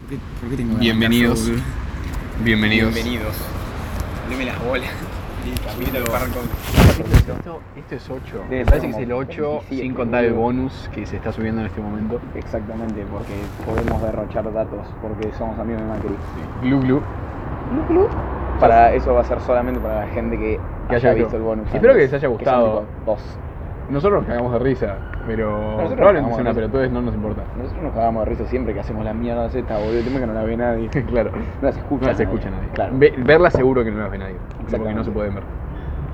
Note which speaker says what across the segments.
Speaker 1: ¿Por qué, por qué tengo
Speaker 2: Bienvenidos. Bienvenidos.
Speaker 3: Bienvenidos. Deme las bolas. Listo, habilita el barco.
Speaker 4: Esto, esto es 8.
Speaker 5: Debe
Speaker 4: Me
Speaker 5: ser
Speaker 4: parece que es
Speaker 5: como
Speaker 4: el 8
Speaker 5: 27,
Speaker 4: sin contar el
Speaker 5: boludo.
Speaker 4: bonus que se está subiendo en este momento.
Speaker 5: Exactamente, porque podemos derrochar datos, porque somos amigos de Macri.
Speaker 4: Glu glu.
Speaker 5: Para eso va a ser solamente para la gente que,
Speaker 4: Que
Speaker 5: haya
Speaker 4: haya
Speaker 5: visto
Speaker 4: visto.
Speaker 5: el bonus.
Speaker 4: Espero
Speaker 5: antes,
Speaker 4: que les haya
Speaker 5: son
Speaker 4: gustado.
Speaker 5: tipo dos.
Speaker 4: Nosotros nos cagamos de risa, pero
Speaker 5: Nosotros
Speaker 4: probablemente
Speaker 5: nos cagamos
Speaker 4: sea una
Speaker 5: de risa.
Speaker 4: pelotudez, no nos importa.
Speaker 5: Nosotros nos cagamos de risa siempre que hacemos la mierda esta, boludo. El tema es que no la ve nadie.
Speaker 4: claro.
Speaker 5: No las escucha
Speaker 4: No las
Speaker 5: nadie.
Speaker 4: escucha nadie.
Speaker 5: Claro.
Speaker 4: Ve- verla seguro que no las ve nadie. Porque no
Speaker 5: Exactamente.
Speaker 4: se pueden ver.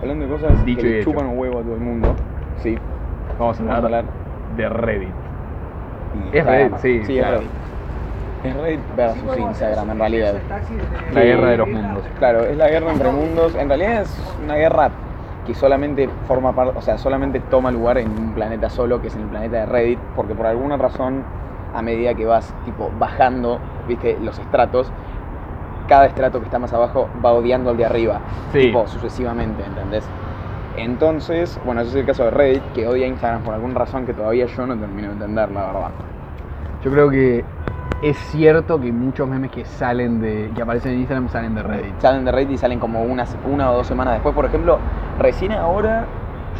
Speaker 5: Hablando de cosas
Speaker 4: Dicho
Speaker 5: que
Speaker 4: y
Speaker 5: le
Speaker 4: hecho.
Speaker 5: chupan un huevo a todo el mundo. Sí.
Speaker 4: Vamos a hablar,
Speaker 5: Vamos a hablar.
Speaker 4: de Reddit.
Speaker 5: Y
Speaker 4: Es Reddit, sí,
Speaker 5: Sí,
Speaker 4: claro.
Speaker 5: es Reddit. Es Reddit versus Instagram, en realidad.
Speaker 4: La
Speaker 5: Sí.
Speaker 4: guerra de los mundos.
Speaker 5: Claro, es la guerra entre mundos. En realidad es una guerra que solamente forma parte, o sea, solamente toma lugar en un planeta solo, que es en el planeta de Reddit, porque por alguna razón, a medida que vas tipo bajando, viste, los estratos, cada estrato que está más abajo va odiando al de arriba,
Speaker 4: Sí.
Speaker 5: tipo sucesivamente, ¿entendés? Entonces, bueno, ese es el caso de Reddit, que odia a Instagram por alguna razón que todavía yo no termino de entender, la verdad.
Speaker 4: Yo creo que es cierto que muchos memes que salen de. que aparecen en Instagram salen de Reddit.
Speaker 5: salen de Reddit y salen como una, una o dos semanas después. Por ejemplo, recién ahora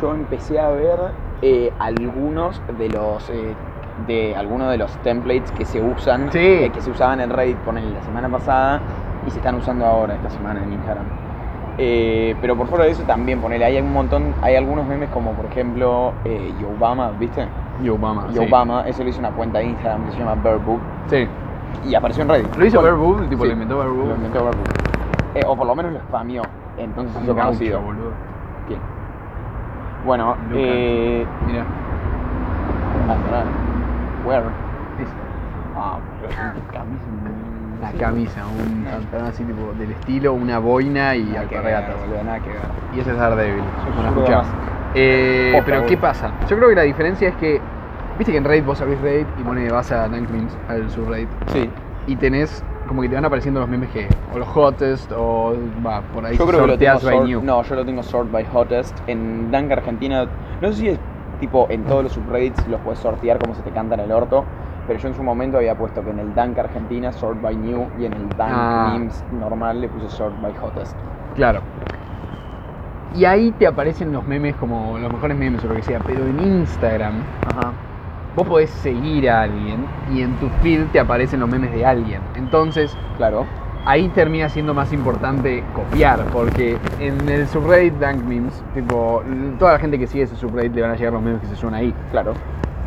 Speaker 5: yo empecé a ver eh, algunos de los eh, de algunos de los templates que se usan,
Speaker 4: Sí.
Speaker 5: eh, que se usaban en Reddit ponen la semana pasada y se están usando ahora esta semana en Instagram. Eh, pero por fuera de eso también ponele, hay un montón, hay algunos memes como por ejemplo eh, y Obama, ¿viste?
Speaker 4: Y Obama.
Speaker 5: Y
Speaker 4: Ah, sí.
Speaker 5: Obama, eso lo hizo una cuenta de Instagram que se llama Bear Book
Speaker 4: Sí.
Speaker 5: y apareció en Reddit.
Speaker 4: Lo hizo Bear Bull, tipo
Speaker 5: Sí.
Speaker 4: lo inventó Bear Bull.
Speaker 5: Lo inventó Bear Brook. Eh, o por lo menos lo spameó. Entonces se hizo
Speaker 4: Gaucho,
Speaker 5: conocido.
Speaker 4: boludo.
Speaker 5: Bien. Bueno,
Speaker 4: Luca.
Speaker 5: eh.
Speaker 4: Mira.
Speaker 5: ah, pará. Where?
Speaker 4: Es-
Speaker 5: Ah, pero es una camisa, un-
Speaker 4: La camisa, un pantalón así tipo del estilo, una boina y
Speaker 5: Nada que ver,
Speaker 4: alpargatas.
Speaker 5: boludo, nada que ver.
Speaker 4: Y ese es Daredevil.
Speaker 5: Sos
Speaker 4: Bueno,
Speaker 5: zurdo
Speaker 4: escuchá.
Speaker 5: más.
Speaker 4: Eh,
Speaker 5: Posta,
Speaker 4: pero
Speaker 5: boludo.
Speaker 4: ¿qué pasa? Yo creo que la diferencia es que, viste que en Reddit vos abrís Reddit y pone, vas a Dank Memes, al subreddit,
Speaker 5: Sí.
Speaker 4: y tenés como que te van apareciendo los memes que, o los hottest, o va, por ahí
Speaker 5: Yo creo que lo tengo
Speaker 4: sorteas by
Speaker 5: sort,
Speaker 4: new.
Speaker 5: No, yo lo tengo sort by hottest. En Dank Argentina, no sé si es tipo en todos los subreddits los puedes sortear como se te canta en el orto, pero yo en su momento había puesto que en el Dank Argentina sort by new y en el Dank
Speaker 4: Ah.
Speaker 5: memes normal le puse sort by hottest.
Speaker 4: Claro. Y ahí te aparecen los memes como los mejores memes o lo que sea, pero en Instagram
Speaker 5: Ajá.
Speaker 4: vos podés seguir a alguien y en tu feed te aparecen los memes de alguien. Entonces,
Speaker 5: Claro.
Speaker 4: ahí termina siendo más importante copiar, porque en el subreddit Dank Memes, tipo, l- toda la gente que sigue ese subreddit le van a llegar los memes que se suben ahí.
Speaker 5: Claro.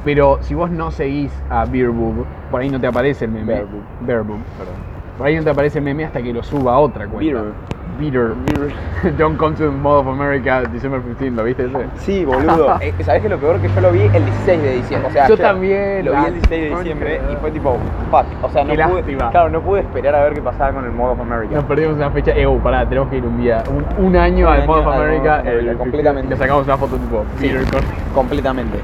Speaker 4: Pero si vos no seguís a Beerboob, por ahí no te aparece el meme.
Speaker 5: Beerbub.
Speaker 4: Beerbub, perdón. Por ahí no te aparece el meme hasta que lo suba a otra cuenta.
Speaker 5: Beer.
Speaker 4: Beer. John Comes to the Mall of America, December 15, ¿lo viste ese?
Speaker 5: Sí, boludo. Eh, ¿Sabés que lo peor que yo lo vi el 16 de diciembre? O sea,
Speaker 4: Yo
Speaker 5: ayer.
Speaker 4: también,
Speaker 5: Lo vi
Speaker 4: la
Speaker 5: el 16 de diciembre
Speaker 4: concha.
Speaker 5: y fue tipo, fuck. O sea, no
Speaker 4: Qué
Speaker 5: pude.
Speaker 4: lástima.
Speaker 5: Claro, no pude esperar a ver qué pasaba con el Modo of America.
Speaker 4: Nos perdimos una fecha. Eh, oh, pará, tenemos que ir un día, un, un año
Speaker 5: Un
Speaker 4: al
Speaker 5: año
Speaker 4: Mall of
Speaker 5: al
Speaker 4: America.
Speaker 5: Mall of America,
Speaker 4: el-
Speaker 5: completamente.
Speaker 4: Y le sacamos una foto tipo
Speaker 5: Sí.
Speaker 4: Beer con-
Speaker 5: Completamente.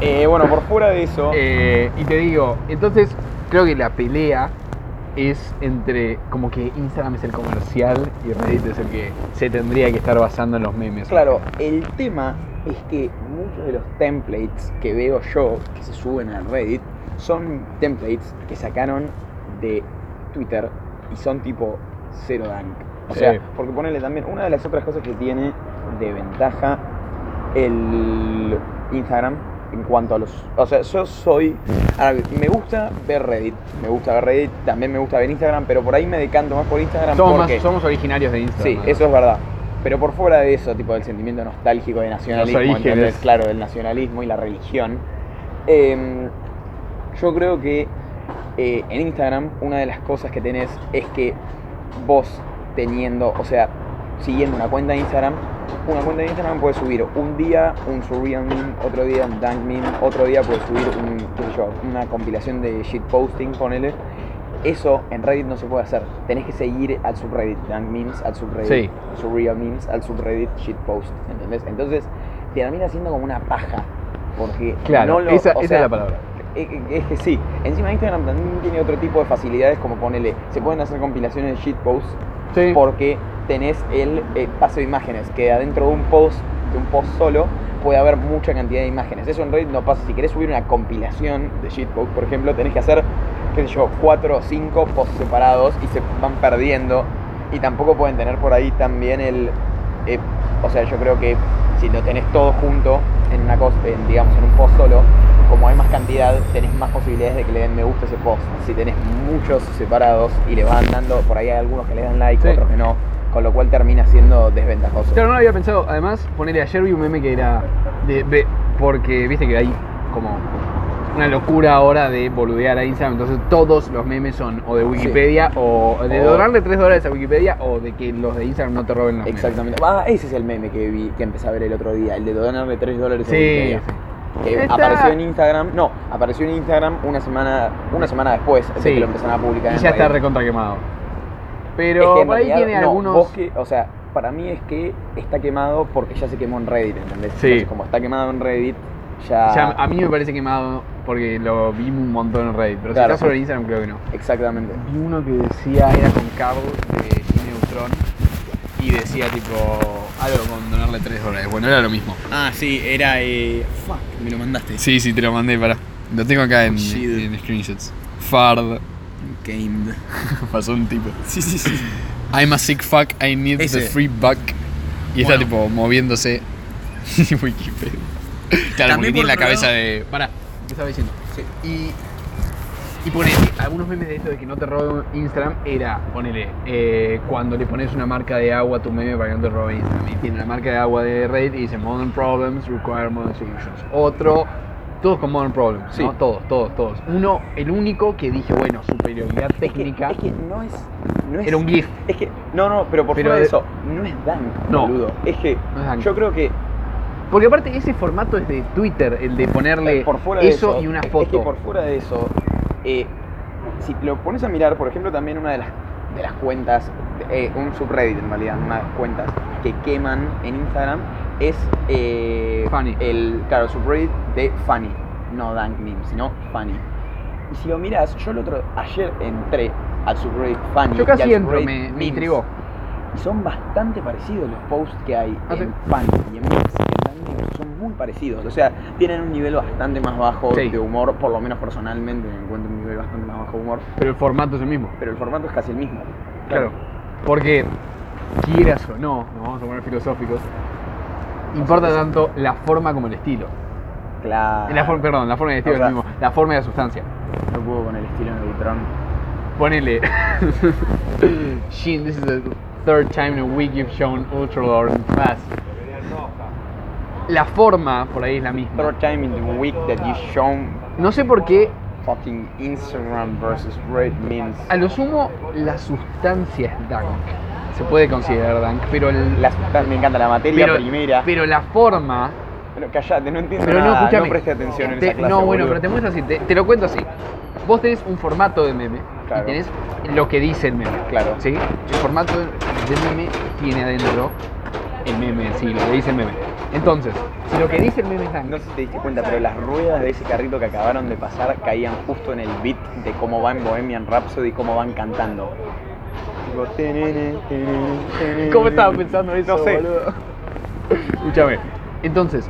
Speaker 5: Eh, bueno, por fuera de eso.
Speaker 4: Eh, y te digo, entonces creo que la pelea es entre como que Instagram es el comercial y Reddit es el que se tendría que estar basando en los memes.
Speaker 5: Claro, el tema es que muchos de los templates que veo yo que se suben a Reddit son templates que sacaron de Twitter y son tipo cero dank. O
Speaker 4: Sí.
Speaker 5: sea, porque ponerle también, una de las otras cosas que tiene de ventaja el Instagram en cuanto a los... O sea, yo soy... ahora, me gusta ver Reddit, me gusta ver Reddit, también me gusta ver Instagram, pero por ahí me decanto más por Instagram
Speaker 4: Somos, más-
Speaker 5: porque...
Speaker 4: somos originarios de Instagram.
Speaker 5: Sí,
Speaker 4: ¿no?
Speaker 5: eso es verdad. Pero por fuera de eso, tipo del sentimiento nostálgico de nacionalismo,
Speaker 4: Los orígenes.
Speaker 5: ¿entendés? claro, del nacionalismo y la religión, eh, yo creo que eh, en Instagram una de las cosas que tenés es que vos teniendo, o sea, siguiendo una cuenta de Instagram, una cuenta de Instagram puede subir un día un surreal meme, otro día un dank meme, otro día puede subir un, qué sé yo, una compilación de shitposting, ponele. Eso en Reddit no se puede hacer. Tenés que seguir al subreddit, dank memes, al subreddit,
Speaker 4: Sí.
Speaker 5: surreal memes, al subreddit shitpost, ¿entendés? Entonces termina siendo como una paja, porque
Speaker 4: Claro,
Speaker 5: no lo-
Speaker 4: esa,
Speaker 5: o
Speaker 4: esa
Speaker 5: sea,
Speaker 4: es la palabra.
Speaker 5: eh, eh, Es que sí, encima Instagram también tiene otro tipo de facilidades como ponele, se pueden hacer compilaciones de shitposts
Speaker 4: Sí.
Speaker 5: porque tenés el eh, paso de imágenes, que adentro de un post, de un post solo, puede haber mucha cantidad de imágenes. Eso en Reddit no pasa. Si querés subir una compilación de shitpost, por ejemplo, tenés que hacer qué sé yo, cuatro o cinco posts separados y se van perdiendo. Y tampoco pueden tener por ahí también el. eh, o sea, yo creo que si lo tenés todo junto en una cosa, en, digamos, en un post solo, como hay más cantidad, tenés más posibilidades de que le den me gusta a ese post. Si tenés muchos separados y le van dando, por ahí hay algunos que le dan like,
Speaker 4: Sí.
Speaker 5: otros que no, con lo cual termina siendo desventajoso.
Speaker 4: Claro, no lo había pensado. Además, ponerle ayer vi un meme que era de, ve- porque viste que hay como una locura ahora de boludear a Instagram. Entonces todos los memes son o de Wikipedia o de
Speaker 5: O-
Speaker 4: donarle 3 dólares a Wikipedia o de que los de Instagram no te roben los memes.
Speaker 5: Exactamente. Ah, ese es el meme que vi, que empecé a ver el otro día, el de donarme 3 dólares a
Speaker 4: Sí.
Speaker 5: Wikipedia. Que
Speaker 4: Está-
Speaker 5: apareció en Instagram, no, apareció en Instagram una semana, una semana después de
Speaker 4: Sí.
Speaker 5: que lo empezaron a publicar.
Speaker 4: Y
Speaker 5: en
Speaker 4: ya está
Speaker 5: Reddit.
Speaker 4: recontra quemado.
Speaker 5: Es
Speaker 4: Pero
Speaker 5: que en
Speaker 4: por ahí
Speaker 5: realidad,
Speaker 4: tiene
Speaker 5: no,
Speaker 4: algunos.
Speaker 5: vos que- o sea, para mí es que está quemado porque ya se quemó en Reddit, ¿entendés?
Speaker 4: Sí.
Speaker 5: Entonces, como está quemado en Reddit, ya.
Speaker 4: Ya, ah. a mí me parece quemado porque lo vi un montón en Reddit. Pero
Speaker 5: Claro.
Speaker 4: si está sobre Instagram, creo que no.
Speaker 5: Exactamente.
Speaker 4: Vi uno que decía, era con Cabo de Jimmy Neutron, y decía tipo algo con donarle 3 dólares. Bueno, era lo mismo.
Speaker 3: Ah, sí, era. Eh... Fuck, me lo mandaste.
Speaker 2: Sí, sí, te lo mandé, pará. Lo tengo acá en,
Speaker 3: Shit.
Speaker 2: en screenshots. Fard.
Speaker 3: Gamed.
Speaker 2: Pasó un tipo.
Speaker 3: Sí, sí, sí.
Speaker 2: I'm a sick fuck, I need
Speaker 3: Ese.
Speaker 2: the free buck. Y está
Speaker 3: Bueno.
Speaker 2: tipo moviéndose. Wikipedia. Claro, porque
Speaker 3: También
Speaker 2: tiene
Speaker 3: por
Speaker 2: la
Speaker 3: otro
Speaker 2: cabeza
Speaker 3: lado-
Speaker 2: de.
Speaker 4: Pará, ¿qué estaba diciendo?
Speaker 3: Sí.
Speaker 4: Y, y pone algunos memes de esto de que no te roben Instagram, era, ponele, eh, cuando le pones una marca de agua a tu meme para que no te robe Instagram. Y tiene la marca de agua de Reddit y dice Modern Problems Require Modern Solutions. Otro, todos con Modern Problems,
Speaker 5: Sí.
Speaker 4: ¿no? Todos, todos, todos. Uno, el único que dije, bueno, superioridad
Speaker 5: Es que,
Speaker 4: técnica,
Speaker 5: es que no es. No es
Speaker 4: era un GIF.
Speaker 5: Es que, no, no, pero por
Speaker 4: Pero
Speaker 5: fuera de
Speaker 4: de-
Speaker 5: eso, no es dank,
Speaker 4: No.
Speaker 5: boludo. Es que
Speaker 4: No es dank.
Speaker 5: yo creo que
Speaker 4: Porque aparte ese formato es de Twitter, el de ponerle
Speaker 5: por fuera de
Speaker 4: eso, y una foto.
Speaker 5: Es que por fuera de eso, eh, si lo pones a mirar, por ejemplo, también una de las, de las cuentas, eh, un subreddit en realidad, una de las cuentas que queman en Instagram es eh,
Speaker 4: Funny.
Speaker 5: el claro, el subreddit de Funny, no Dank Meme, sino Funny. Y si lo miras, yo el otro ayer entré al subreddit Funny.
Speaker 4: Yo
Speaker 5: y
Speaker 4: casi
Speaker 5: al
Speaker 4: entro,
Speaker 5: subreddit
Speaker 4: me, me
Speaker 5: memes,
Speaker 4: intrigó.
Speaker 5: Y son bastante parecidos los posts que hay
Speaker 4: Ah, sí.
Speaker 5: en Funny y en Memes. y en Dank Memes. Son muy parecidos. O sea, tienen un nivel bastante más bajo
Speaker 4: Sí.
Speaker 5: de humor, por lo menos personalmente me encuentro un nivel bastante más bajo de humor,
Speaker 4: Pero el formato es el mismo.
Speaker 5: pero el formato es casi el mismo.
Speaker 4: Claro. Porque quieras o no, nos vamos a poner filosóficos, importa tanto la forma como el estilo.
Speaker 5: Claro.
Speaker 4: La forma, perdón, la forma y el estilo
Speaker 5: O sea-
Speaker 4: es lo mismo. La forma y la sustancia.
Speaker 5: No puedo con el estilo Neutron.
Speaker 4: Ponele. Shin, this is the third time in a week you've shown ultra lore in class. La forma por ahí es la misma.
Speaker 5: Third time in the week that you shown
Speaker 4: No sé por qué
Speaker 5: fucking Instagram versus Red memes.
Speaker 4: A lo sumo, la sustancia es dank. Se puede considerar dank, pero, el-
Speaker 5: Las, me encanta la materia
Speaker 4: pero,
Speaker 5: primera.
Speaker 4: pero la forma.
Speaker 5: Pero callate, no entiendo
Speaker 4: Pero no,
Speaker 5: nada.
Speaker 4: escúchame.
Speaker 5: preste atención en
Speaker 4: te-
Speaker 5: esa clase.
Speaker 4: no, bueno, pero
Speaker 5: boludo.
Speaker 4: te muestro así, te, te lo cuento así. Vos tenés un formato de meme
Speaker 5: Claro.
Speaker 4: y tenés lo que dice el meme.
Speaker 5: Claro.
Speaker 4: ¿sí? El formato de- del meme tiene adentro el meme en sí, lo que dice el meme. Entonces, si lo que dice el meme es dank.
Speaker 5: No sé si te diste cuenta, pero las ruedas de ese carrito que acabaron de pasar caían justo en el beat de cómo va en Bohemian Rhapsody y cómo van cantando. Tipo, tenene, tenene, tenene.
Speaker 4: ¿Cómo estaba pensando eso?
Speaker 5: No sé.
Speaker 4: boludo? Escúchame. Entonces,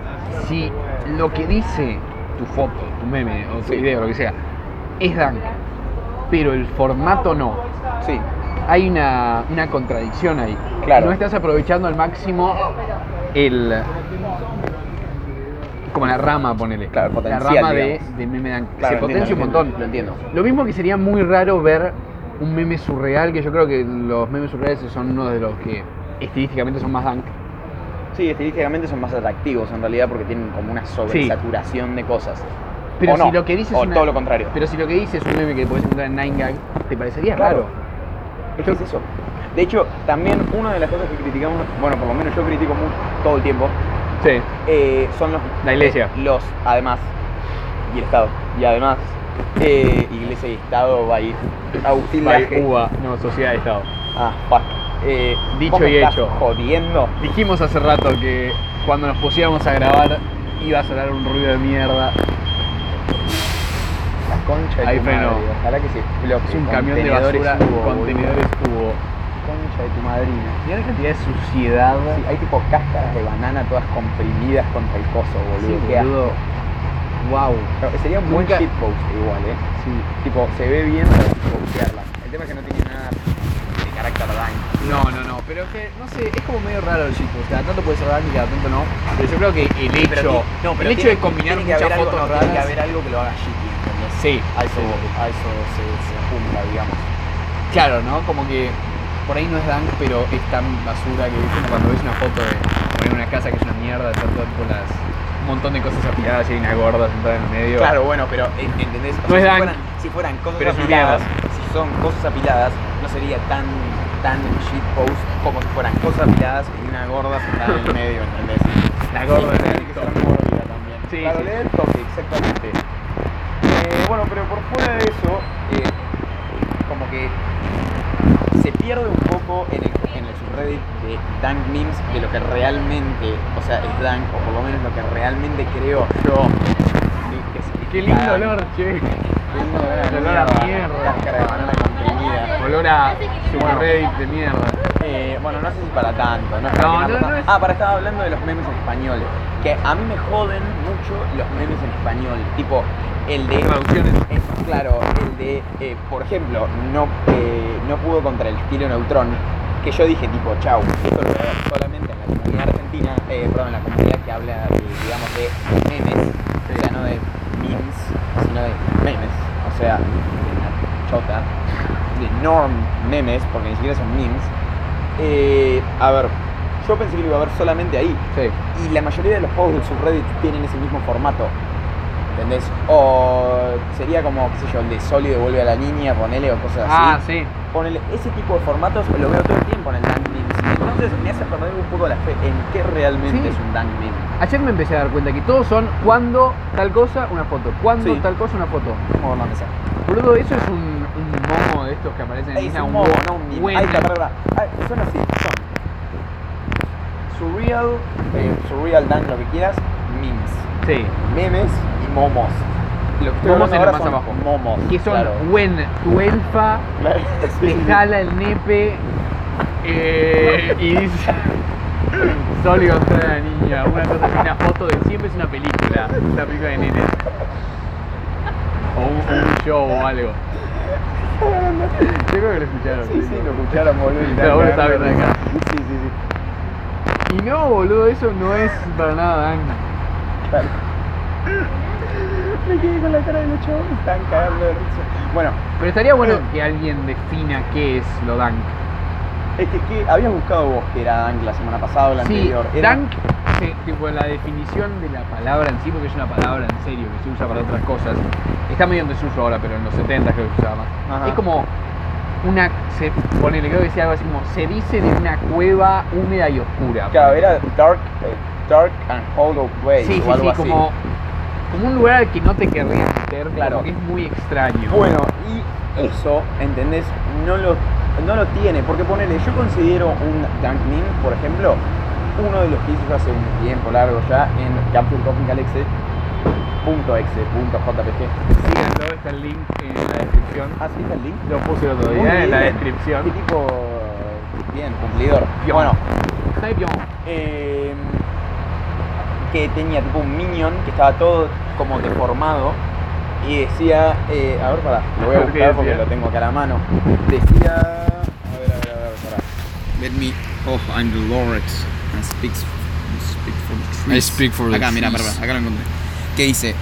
Speaker 4: si lo que dice tu foto, tu meme o tu
Speaker 5: Sí.
Speaker 4: video, lo que sea, es dank, pero el formato no,
Speaker 5: Sí,
Speaker 4: hay una, una contradicción ahí.
Speaker 5: Claro.
Speaker 4: No estás aprovechando al máximo el. como la rama, ponele.
Speaker 5: Claro, el
Speaker 4: La
Speaker 5: potencial,
Speaker 4: rama de,
Speaker 5: digamos.
Speaker 4: del meme dank.
Speaker 5: Claro,
Speaker 4: Se
Speaker 5: lo entiendo,
Speaker 4: potencia un
Speaker 5: lo entiendo,
Speaker 4: montón.
Speaker 5: lo entiendo.
Speaker 4: Lo mismo que sería muy raro ver un meme surreal, que yo creo que los memes surreales son uno de los que estilísticamente son más dank.
Speaker 5: sí, estilísticamente son más atractivos en realidad porque tienen como una sobresaturación de cosas.
Speaker 4: Pero
Speaker 5: o no,
Speaker 4: si lo que dices
Speaker 5: o
Speaker 4: es una-
Speaker 5: todo lo contrario.
Speaker 4: Pero si lo que dices es un meme que podés encontrar en 9gag, te parecería
Speaker 5: Claro.
Speaker 4: raro.
Speaker 5: Es que es eso. De hecho, también una de las cosas que criticamos, bueno, por lo menos yo critico mucho todo el tiempo,
Speaker 4: Sí.
Speaker 5: eh, son los
Speaker 4: La iglesia.
Speaker 5: los además y el Estado. Y además, eh, Iglesia y Estado va a ir. Agustín Laje.
Speaker 4: Cuba, no, sociedad de Estado.
Speaker 5: Ah, fuck. Eh,
Speaker 4: Dicho
Speaker 5: ¿vos me
Speaker 4: y
Speaker 5: estás
Speaker 4: hecho.
Speaker 5: Jodiendo.
Speaker 4: Dijimos hace rato que cuando nos pusiéramos a grabar iba a sonar un ruido de mierda.
Speaker 5: La concha de
Speaker 4: Ahí
Speaker 5: tu
Speaker 4: frenó.
Speaker 5: madre. Ojalá que se explote.
Speaker 4: Es un camión de
Speaker 5: Contenedores
Speaker 4: basura,
Speaker 5: hubo, boludo.
Speaker 4: contenedores hubo.
Speaker 5: Concha de tu madrina.
Speaker 4: Mirá la cantidad de suciedad.
Speaker 5: Sí, hay tipo cáscaras de banana todas comprimidas contra el coso, boludo. Qué asco.
Speaker 4: Wow.
Speaker 5: Pero Sería un buen
Speaker 4: Nunca-
Speaker 5: shitpost igual, ¿eh?
Speaker 4: Sí.
Speaker 5: Tipo, se ve bien para postearla. El tema es que no tiene nada de carácter daño.
Speaker 4: No, no, no. Pero es que, no sé, es como medio raro el shitpost. Cada tanto puedes hablar y cada tanto no. Pero yo creo que el hecho, el hecho de combinar muchas fotos raras.
Speaker 5: Tiene que haber algo que lo haga shitty, ¿entendés?
Speaker 4: Sí,
Speaker 5: A eso,
Speaker 4: sí,
Speaker 5: a eso se, se junta, digamos.
Speaker 4: Claro, ¿no? Como que por ahí no es dank, pero es tan basura que es como cuando ves una foto de poner una casa que es una mierda, está todo con las un montón de cosas apiladas y hay una gorda sentada en el medio.
Speaker 5: Claro, bueno, pero en- entendés, O
Speaker 4: No es
Speaker 5: sea,
Speaker 4: dank.
Speaker 5: si, fueran, si fueran cosas
Speaker 4: Pero es
Speaker 5: apiladas, si son cosas apiladas, no sería tan tan shitpost como si fueran cosas apiladas y una gorda sentada en el medio, ¿entendés?
Speaker 4: La gorda
Speaker 5: Sí,
Speaker 4: en el
Speaker 5: tiene que ser
Speaker 4: top.
Speaker 5: mórbida también.
Speaker 4: Sí,
Speaker 5: claro,
Speaker 4: sí.
Speaker 5: leer el toque, exactamente. Eh, bueno, pero por fuera de eso, eh, como que se pierde un poco en el, en el subreddit de dank memes de lo que realmente, o sea, es dank, o por lo menos lo que realmente creo yo. Y que se-
Speaker 4: Qué lindo
Speaker 5: cada-
Speaker 4: olor, che.
Speaker 5: Qué lindo olor a
Speaker 4: Olor a
Speaker 5: mierda,
Speaker 4: mierda.
Speaker 5: Cáscara de banana comprimida.
Speaker 4: Olor a subreddit de mierda.
Speaker 5: Eh, bueno, no sé si para tanto, ¿no? es
Speaker 4: No,
Speaker 5: para que
Speaker 4: no,
Speaker 5: tanto-
Speaker 4: no es-
Speaker 5: Ah, para estaba hablando de los memes en español. Que a mí me joden mucho los memes en español. Tipo, el de.
Speaker 4: Traducciones.
Speaker 5: eh, claro, el de, eh, por ejemplo, no, eh, no pudo contra el estilo neutrón. Que yo dije, tipo, chau, esto lo voy a ver solamente en la comunidad argentina, eh, perdón, en la comunidad que habla, eh, digamos, de memes. O sea, no de memes, sino de memes. O sea, de la chota, de norm memes, porque ni siquiera son memes. Eh, a ver, yo pensé que lo iba a ver solamente ahí.
Speaker 4: Sí.
Speaker 5: Y la mayoría de los posts del subreddit tienen ese mismo formato. ¿Entendés? O sería como, qué sé yo, el de Soli devuelve a la niña, ponele o cosas
Speaker 4: Ah,
Speaker 5: así.
Speaker 4: sí.
Speaker 5: Ponele, ese tipo de formatos lo veo todo el tiempo en el dank memes. Entonces me hace perder un poco la fe en qué realmente
Speaker 4: Sí.
Speaker 5: es un dank meme.
Speaker 4: Ayer me empecé a dar cuenta que todos son cuando tal cosa, una foto. Cuando
Speaker 5: Sí.
Speaker 4: tal cosa, una foto.
Speaker 5: Vamos a ver la mesa.
Speaker 4: Boludo, eso es un, un momo de estos que aparecen en
Speaker 5: Es
Speaker 4: Instagram.
Speaker 5: un modo, no un meme.
Speaker 4: Bueno.
Speaker 5: Ahí está, pará, pará. Ah, son así, son. Surreal, eh, surreal dank, lo que quieras, memes.
Speaker 4: Sí.
Speaker 5: memes y momos. Lo que estoy
Speaker 4: Momos
Speaker 5: hablando
Speaker 4: es lo
Speaker 5: ahora
Speaker 4: más
Speaker 5: son
Speaker 4: abajo.
Speaker 5: Momos.
Speaker 4: Que son
Speaker 5: claro.
Speaker 4: buen, tu elfa,
Speaker 5: Claro, sí,
Speaker 4: te
Speaker 5: sí.
Speaker 4: jala el nepe eh, y dice Sol y contra la niña, una cosa así, una foto de siempre es una película, una película de nenes. O un, un show o algo. Yo creo que lo escucharon.
Speaker 5: Sí, sí, lo escucharon, boludo. y
Speaker 4: Pero bueno,
Speaker 5: tal,
Speaker 4: está
Speaker 5: claro.
Speaker 4: bien acá.
Speaker 5: Sí, sí, sí.
Speaker 4: Y no, boludo, eso no es para nada Agna.
Speaker 5: Claro. Me quedé con la cara de los chavos, están cagando de risa. Bueno,
Speaker 4: Pero estaría bueno que alguien defina qué es lo dank.
Speaker 5: es que, ¿qué? habías buscado vos que era Dank la semana pasada o la
Speaker 4: Sí,
Speaker 5: anterior. Era-
Speaker 4: dank, sí, tipo la definición de la palabra en sí, porque es una palabra en serio que se usa para otras cosas. Está medio en desuso ahora, pero en los 70 creo que se usaba más.
Speaker 5: Ajá.
Speaker 4: Es como una, se, ponele, creo que decía algo así como, se dice de una cueva húmeda y oscura.
Speaker 5: Claro, era Dark, eh, dark and Hollow Way
Speaker 4: Sí, sí,
Speaker 5: o algo
Speaker 4: sí,
Speaker 5: así.
Speaker 4: como, como un lugar al que no te querrías meter,
Speaker 5: Claro.
Speaker 4: claro. que es muy extraño.
Speaker 5: Bueno, y eso, ¿entendés? No lo, no lo tiene, porque ponele, yo considero un Dank Meme, por ejemplo, uno de los que hice yo hace un tiempo largo ya en Capture Cosmical Exe, punto exe, punto jpg.
Speaker 4: Síganlo, está el link en la descripción.
Speaker 5: Ah, sí, está el link.
Speaker 4: Lo puse el otro
Speaker 5: Muy
Speaker 4: día en la
Speaker 5: bien. Qué
Speaker 4: descripción.
Speaker 5: tipo... Bien, cumplidor.
Speaker 4: Pion.
Speaker 5: Bueno,
Speaker 4: Está bien.
Speaker 5: eh, que tenía tipo un minion que estaba todo como deformado y decía, eh, a ver, pará, lo voy a
Speaker 4: ¿Qué
Speaker 5: buscar porque
Speaker 4: decía?
Speaker 5: lo tengo acá a la mano. Decía, a ver, a ver, a ver, pará.
Speaker 3: Let me. Oh, I'm the Lorex. I speak, speak for the
Speaker 2: I
Speaker 3: trees.
Speaker 2: speak for the
Speaker 3: Acá, mira,
Speaker 2: trees.
Speaker 3: perdón, acá lo encontré. Que dice: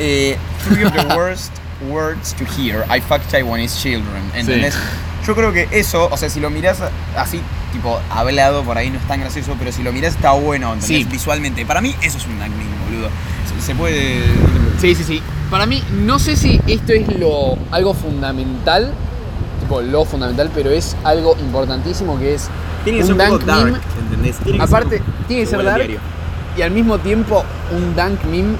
Speaker 3: eh, Three of the worst words to hear. I fuck Taiwanese children. ¿Entendés?
Speaker 2: Sí.
Speaker 3: Yo creo que eso, o sea, si lo mirás así, tipo, hablado por ahí no es tan gracioso, pero si lo mirás está bueno, ¿entendés?
Speaker 2: Sí.
Speaker 3: Visualmente. Para mí, eso es un acme, boludo. Se, se puede.
Speaker 2: Sí, sí, sí.
Speaker 4: Para mí, no sé si esto es lo algo fundamental, tipo lo fundamental, pero es algo importantísimo que es
Speaker 3: Tiene
Speaker 4: un dank meme.
Speaker 3: ¿entendés? Tiene
Speaker 4: Aparte, tiene que ser
Speaker 3: vuele
Speaker 4: dark
Speaker 3: diario.
Speaker 4: y al mismo tiempo un dank meme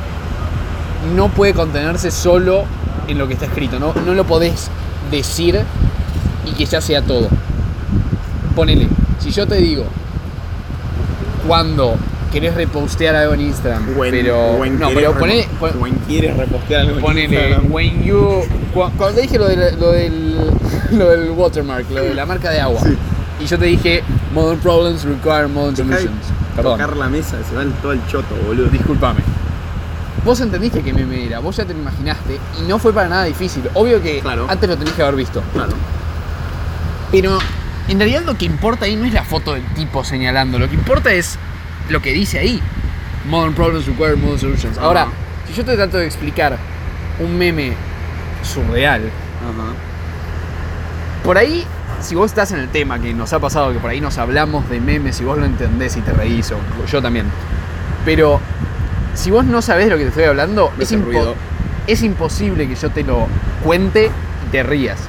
Speaker 4: no puede contenerse solo en lo que está escrito, no, no lo podés decir y que ya sea todo. Ponele, si yo te digo cuando querés repostear algo en Instagram,
Speaker 3: When-
Speaker 4: pero
Speaker 3: when
Speaker 4: no,
Speaker 3: quieres
Speaker 4: pero
Speaker 3: repo-
Speaker 4: poné- pon-
Speaker 3: when quieres repostear algo en
Speaker 4: Ponele,
Speaker 3: Instagram.
Speaker 4: when you. cua- Cuando te dije lo del, lo del, lo del watermark, lo de la marca de agua. Y yo te dije, modern problems require modern
Speaker 3: Dejá de
Speaker 4: solutions. Perdón,
Speaker 3: la mesa, se van todo el choto, boludo.
Speaker 4: discúlpame. Vos entendiste que meme era, vos ya te lo imaginaste y no fue para nada difícil. Obvio que
Speaker 5: Claro.
Speaker 4: antes lo tenías que haber visto.
Speaker 5: Claro.
Speaker 4: Pero
Speaker 2: En realidad lo que importa ahí no es la foto del tipo señalando, lo que importa es lo que dice ahí. Modern problems require modern solutions.
Speaker 4: ahora, si yo te trato de explicar un meme surreal, por ahí, si vos estás en el tema que nos ha pasado, que por ahí nos hablamos de memes y vos lo entendés y te reís, o yo también. Pero si vos no sabés de lo que te estoy hablando,
Speaker 3: Me
Speaker 4: es,
Speaker 3: hace
Speaker 4: impo-
Speaker 3: ruido.
Speaker 4: es imposible que yo te lo cuente y te rías.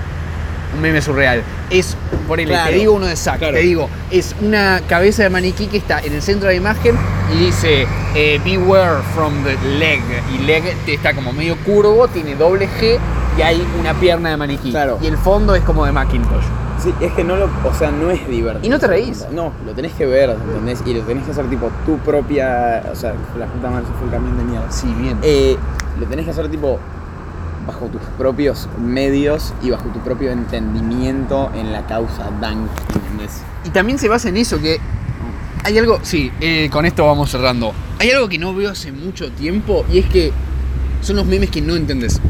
Speaker 4: Un meme surreal. Es, por el
Speaker 3: Claro.
Speaker 4: te digo uno de Zack,
Speaker 3: Claro.
Speaker 4: te digo, es una cabeza de maniquí que está en el centro de la imagen y dice eh, Beware from the leg. Y leg te- está como medio curvo, tiene doble G y hay una pierna de maniquí.
Speaker 5: Claro.
Speaker 4: Y el fondo es como de Macintosh.
Speaker 5: Sí, es que no lo. O sea, no es divertido.
Speaker 4: Y no te reís.
Speaker 5: No, lo tenés que ver, ¿entendés? Y lo tenés que hacer tipo tu propia. O sea, la puta madre se fue el camión de mierda.
Speaker 4: Sí, bien.
Speaker 5: Eh, lo tenés que hacer tipo bajo tus propios medios y bajo tu propio entendimiento en la causa dank, ¿entendés?
Speaker 4: Y también se basa en eso, que
Speaker 2: Hay algo, sí, eh, con esto vamos cerrando.
Speaker 4: hay algo que no veo hace mucho tiempo y es que son los memes que no entendés.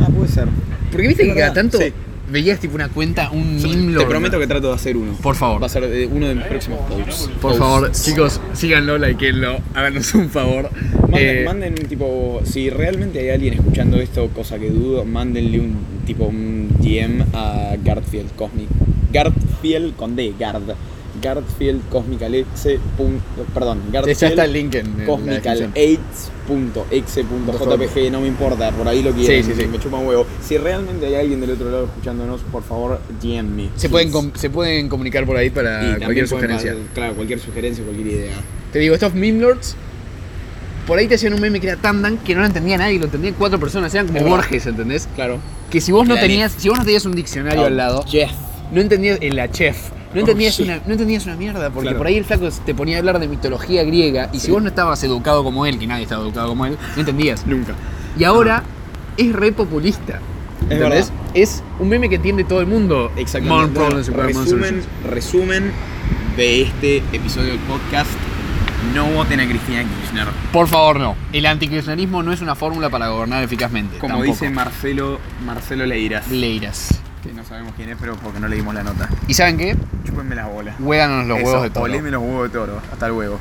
Speaker 5: Ah, puede ser.
Speaker 2: Porque viste
Speaker 5: Es
Speaker 2: que cada
Speaker 5: verdad,
Speaker 2: tanto
Speaker 5: sí.
Speaker 2: veías tipo una cuenta, un meme
Speaker 5: Te
Speaker 2: lord.
Speaker 5: prometo que trato de hacer uno.
Speaker 2: Por favor.
Speaker 5: Va a ser eh, uno de mis próximos posts.
Speaker 2: Por
Speaker 5: Posts.
Speaker 2: favor, chicos, síganlo, likeenlo, háganos un favor.
Speaker 5: Manden,
Speaker 2: Eh,
Speaker 5: manden, tipo, si realmente hay alguien escuchando esto, cosa que dudo, mándenle un tipo un DM a Garfield Cosmic. Garfield con D, Gard. Garfield Cosmical X. punto- Perdón, Garfield
Speaker 2: ya está el link en, en la
Speaker 5: Cosmical
Speaker 2: descripción.
Speaker 5: AIDS.exe.jpg, no me importa, por ahí lo quieren,
Speaker 2: Sí, sí, sí.
Speaker 5: me chupa un huevo. Si realmente hay alguien del otro lado escuchándonos, por favor, DM me.
Speaker 2: Se pueden, com- se pueden comunicar por ahí para
Speaker 5: y
Speaker 2: cualquier
Speaker 5: también
Speaker 2: sugerencia.
Speaker 5: sugerencia. Claro, cualquier sugerencia, cualquier idea.
Speaker 4: Te digo, estos meme lords, por ahí te hacían un meme que era tan dan que no lo entendía nadie, lo entendían cuatro personas, eran como
Speaker 5: Es verdad.
Speaker 4: Borges, ¿entendés?
Speaker 5: Claro.
Speaker 4: Que si vos no
Speaker 5: Claro.
Speaker 4: tenías, si vos no tenías un diccionario
Speaker 5: Oh,
Speaker 4: al lado,
Speaker 5: Jeff.
Speaker 4: no entendías el la chef. No entendías, una, no entendías una mierda, porque
Speaker 5: Oh, Claro.
Speaker 4: por ahí el flaco te ponía a hablar de mitología griega, y si vos no estabas educado como él, que nadie estaba educado como él, no entendías.
Speaker 5: Nunca.
Speaker 4: Y ahora es re populista.
Speaker 5: Es
Speaker 4: ¿Entendés?
Speaker 5: verdad.
Speaker 4: Es un meme que entiende todo el mundo. Modern
Speaker 5: Exactamente.
Speaker 4: problems
Speaker 5: Bueno,
Speaker 4: require modern
Speaker 5: resumen,
Speaker 4: solutions.
Speaker 5: resumen de este episodio del podcast. No voten a Cristina Kirchner.
Speaker 2: Por favor, no. El antikirchnerismo no es una fórmula para gobernar eficazmente.
Speaker 5: Como
Speaker 2: tampoco.
Speaker 5: dice Marcelo, Marcelo Leiras.
Speaker 2: Leiras.
Speaker 5: que no sabemos quién es, pero porque no le dimos la nota.
Speaker 2: ¿Y saben qué?
Speaker 5: Chúpenme las bolas.
Speaker 2: Huéganos los
Speaker 5: Eso,
Speaker 2: huevos de todo.
Speaker 5: oléme los huevos de toro. Hasta el huevo.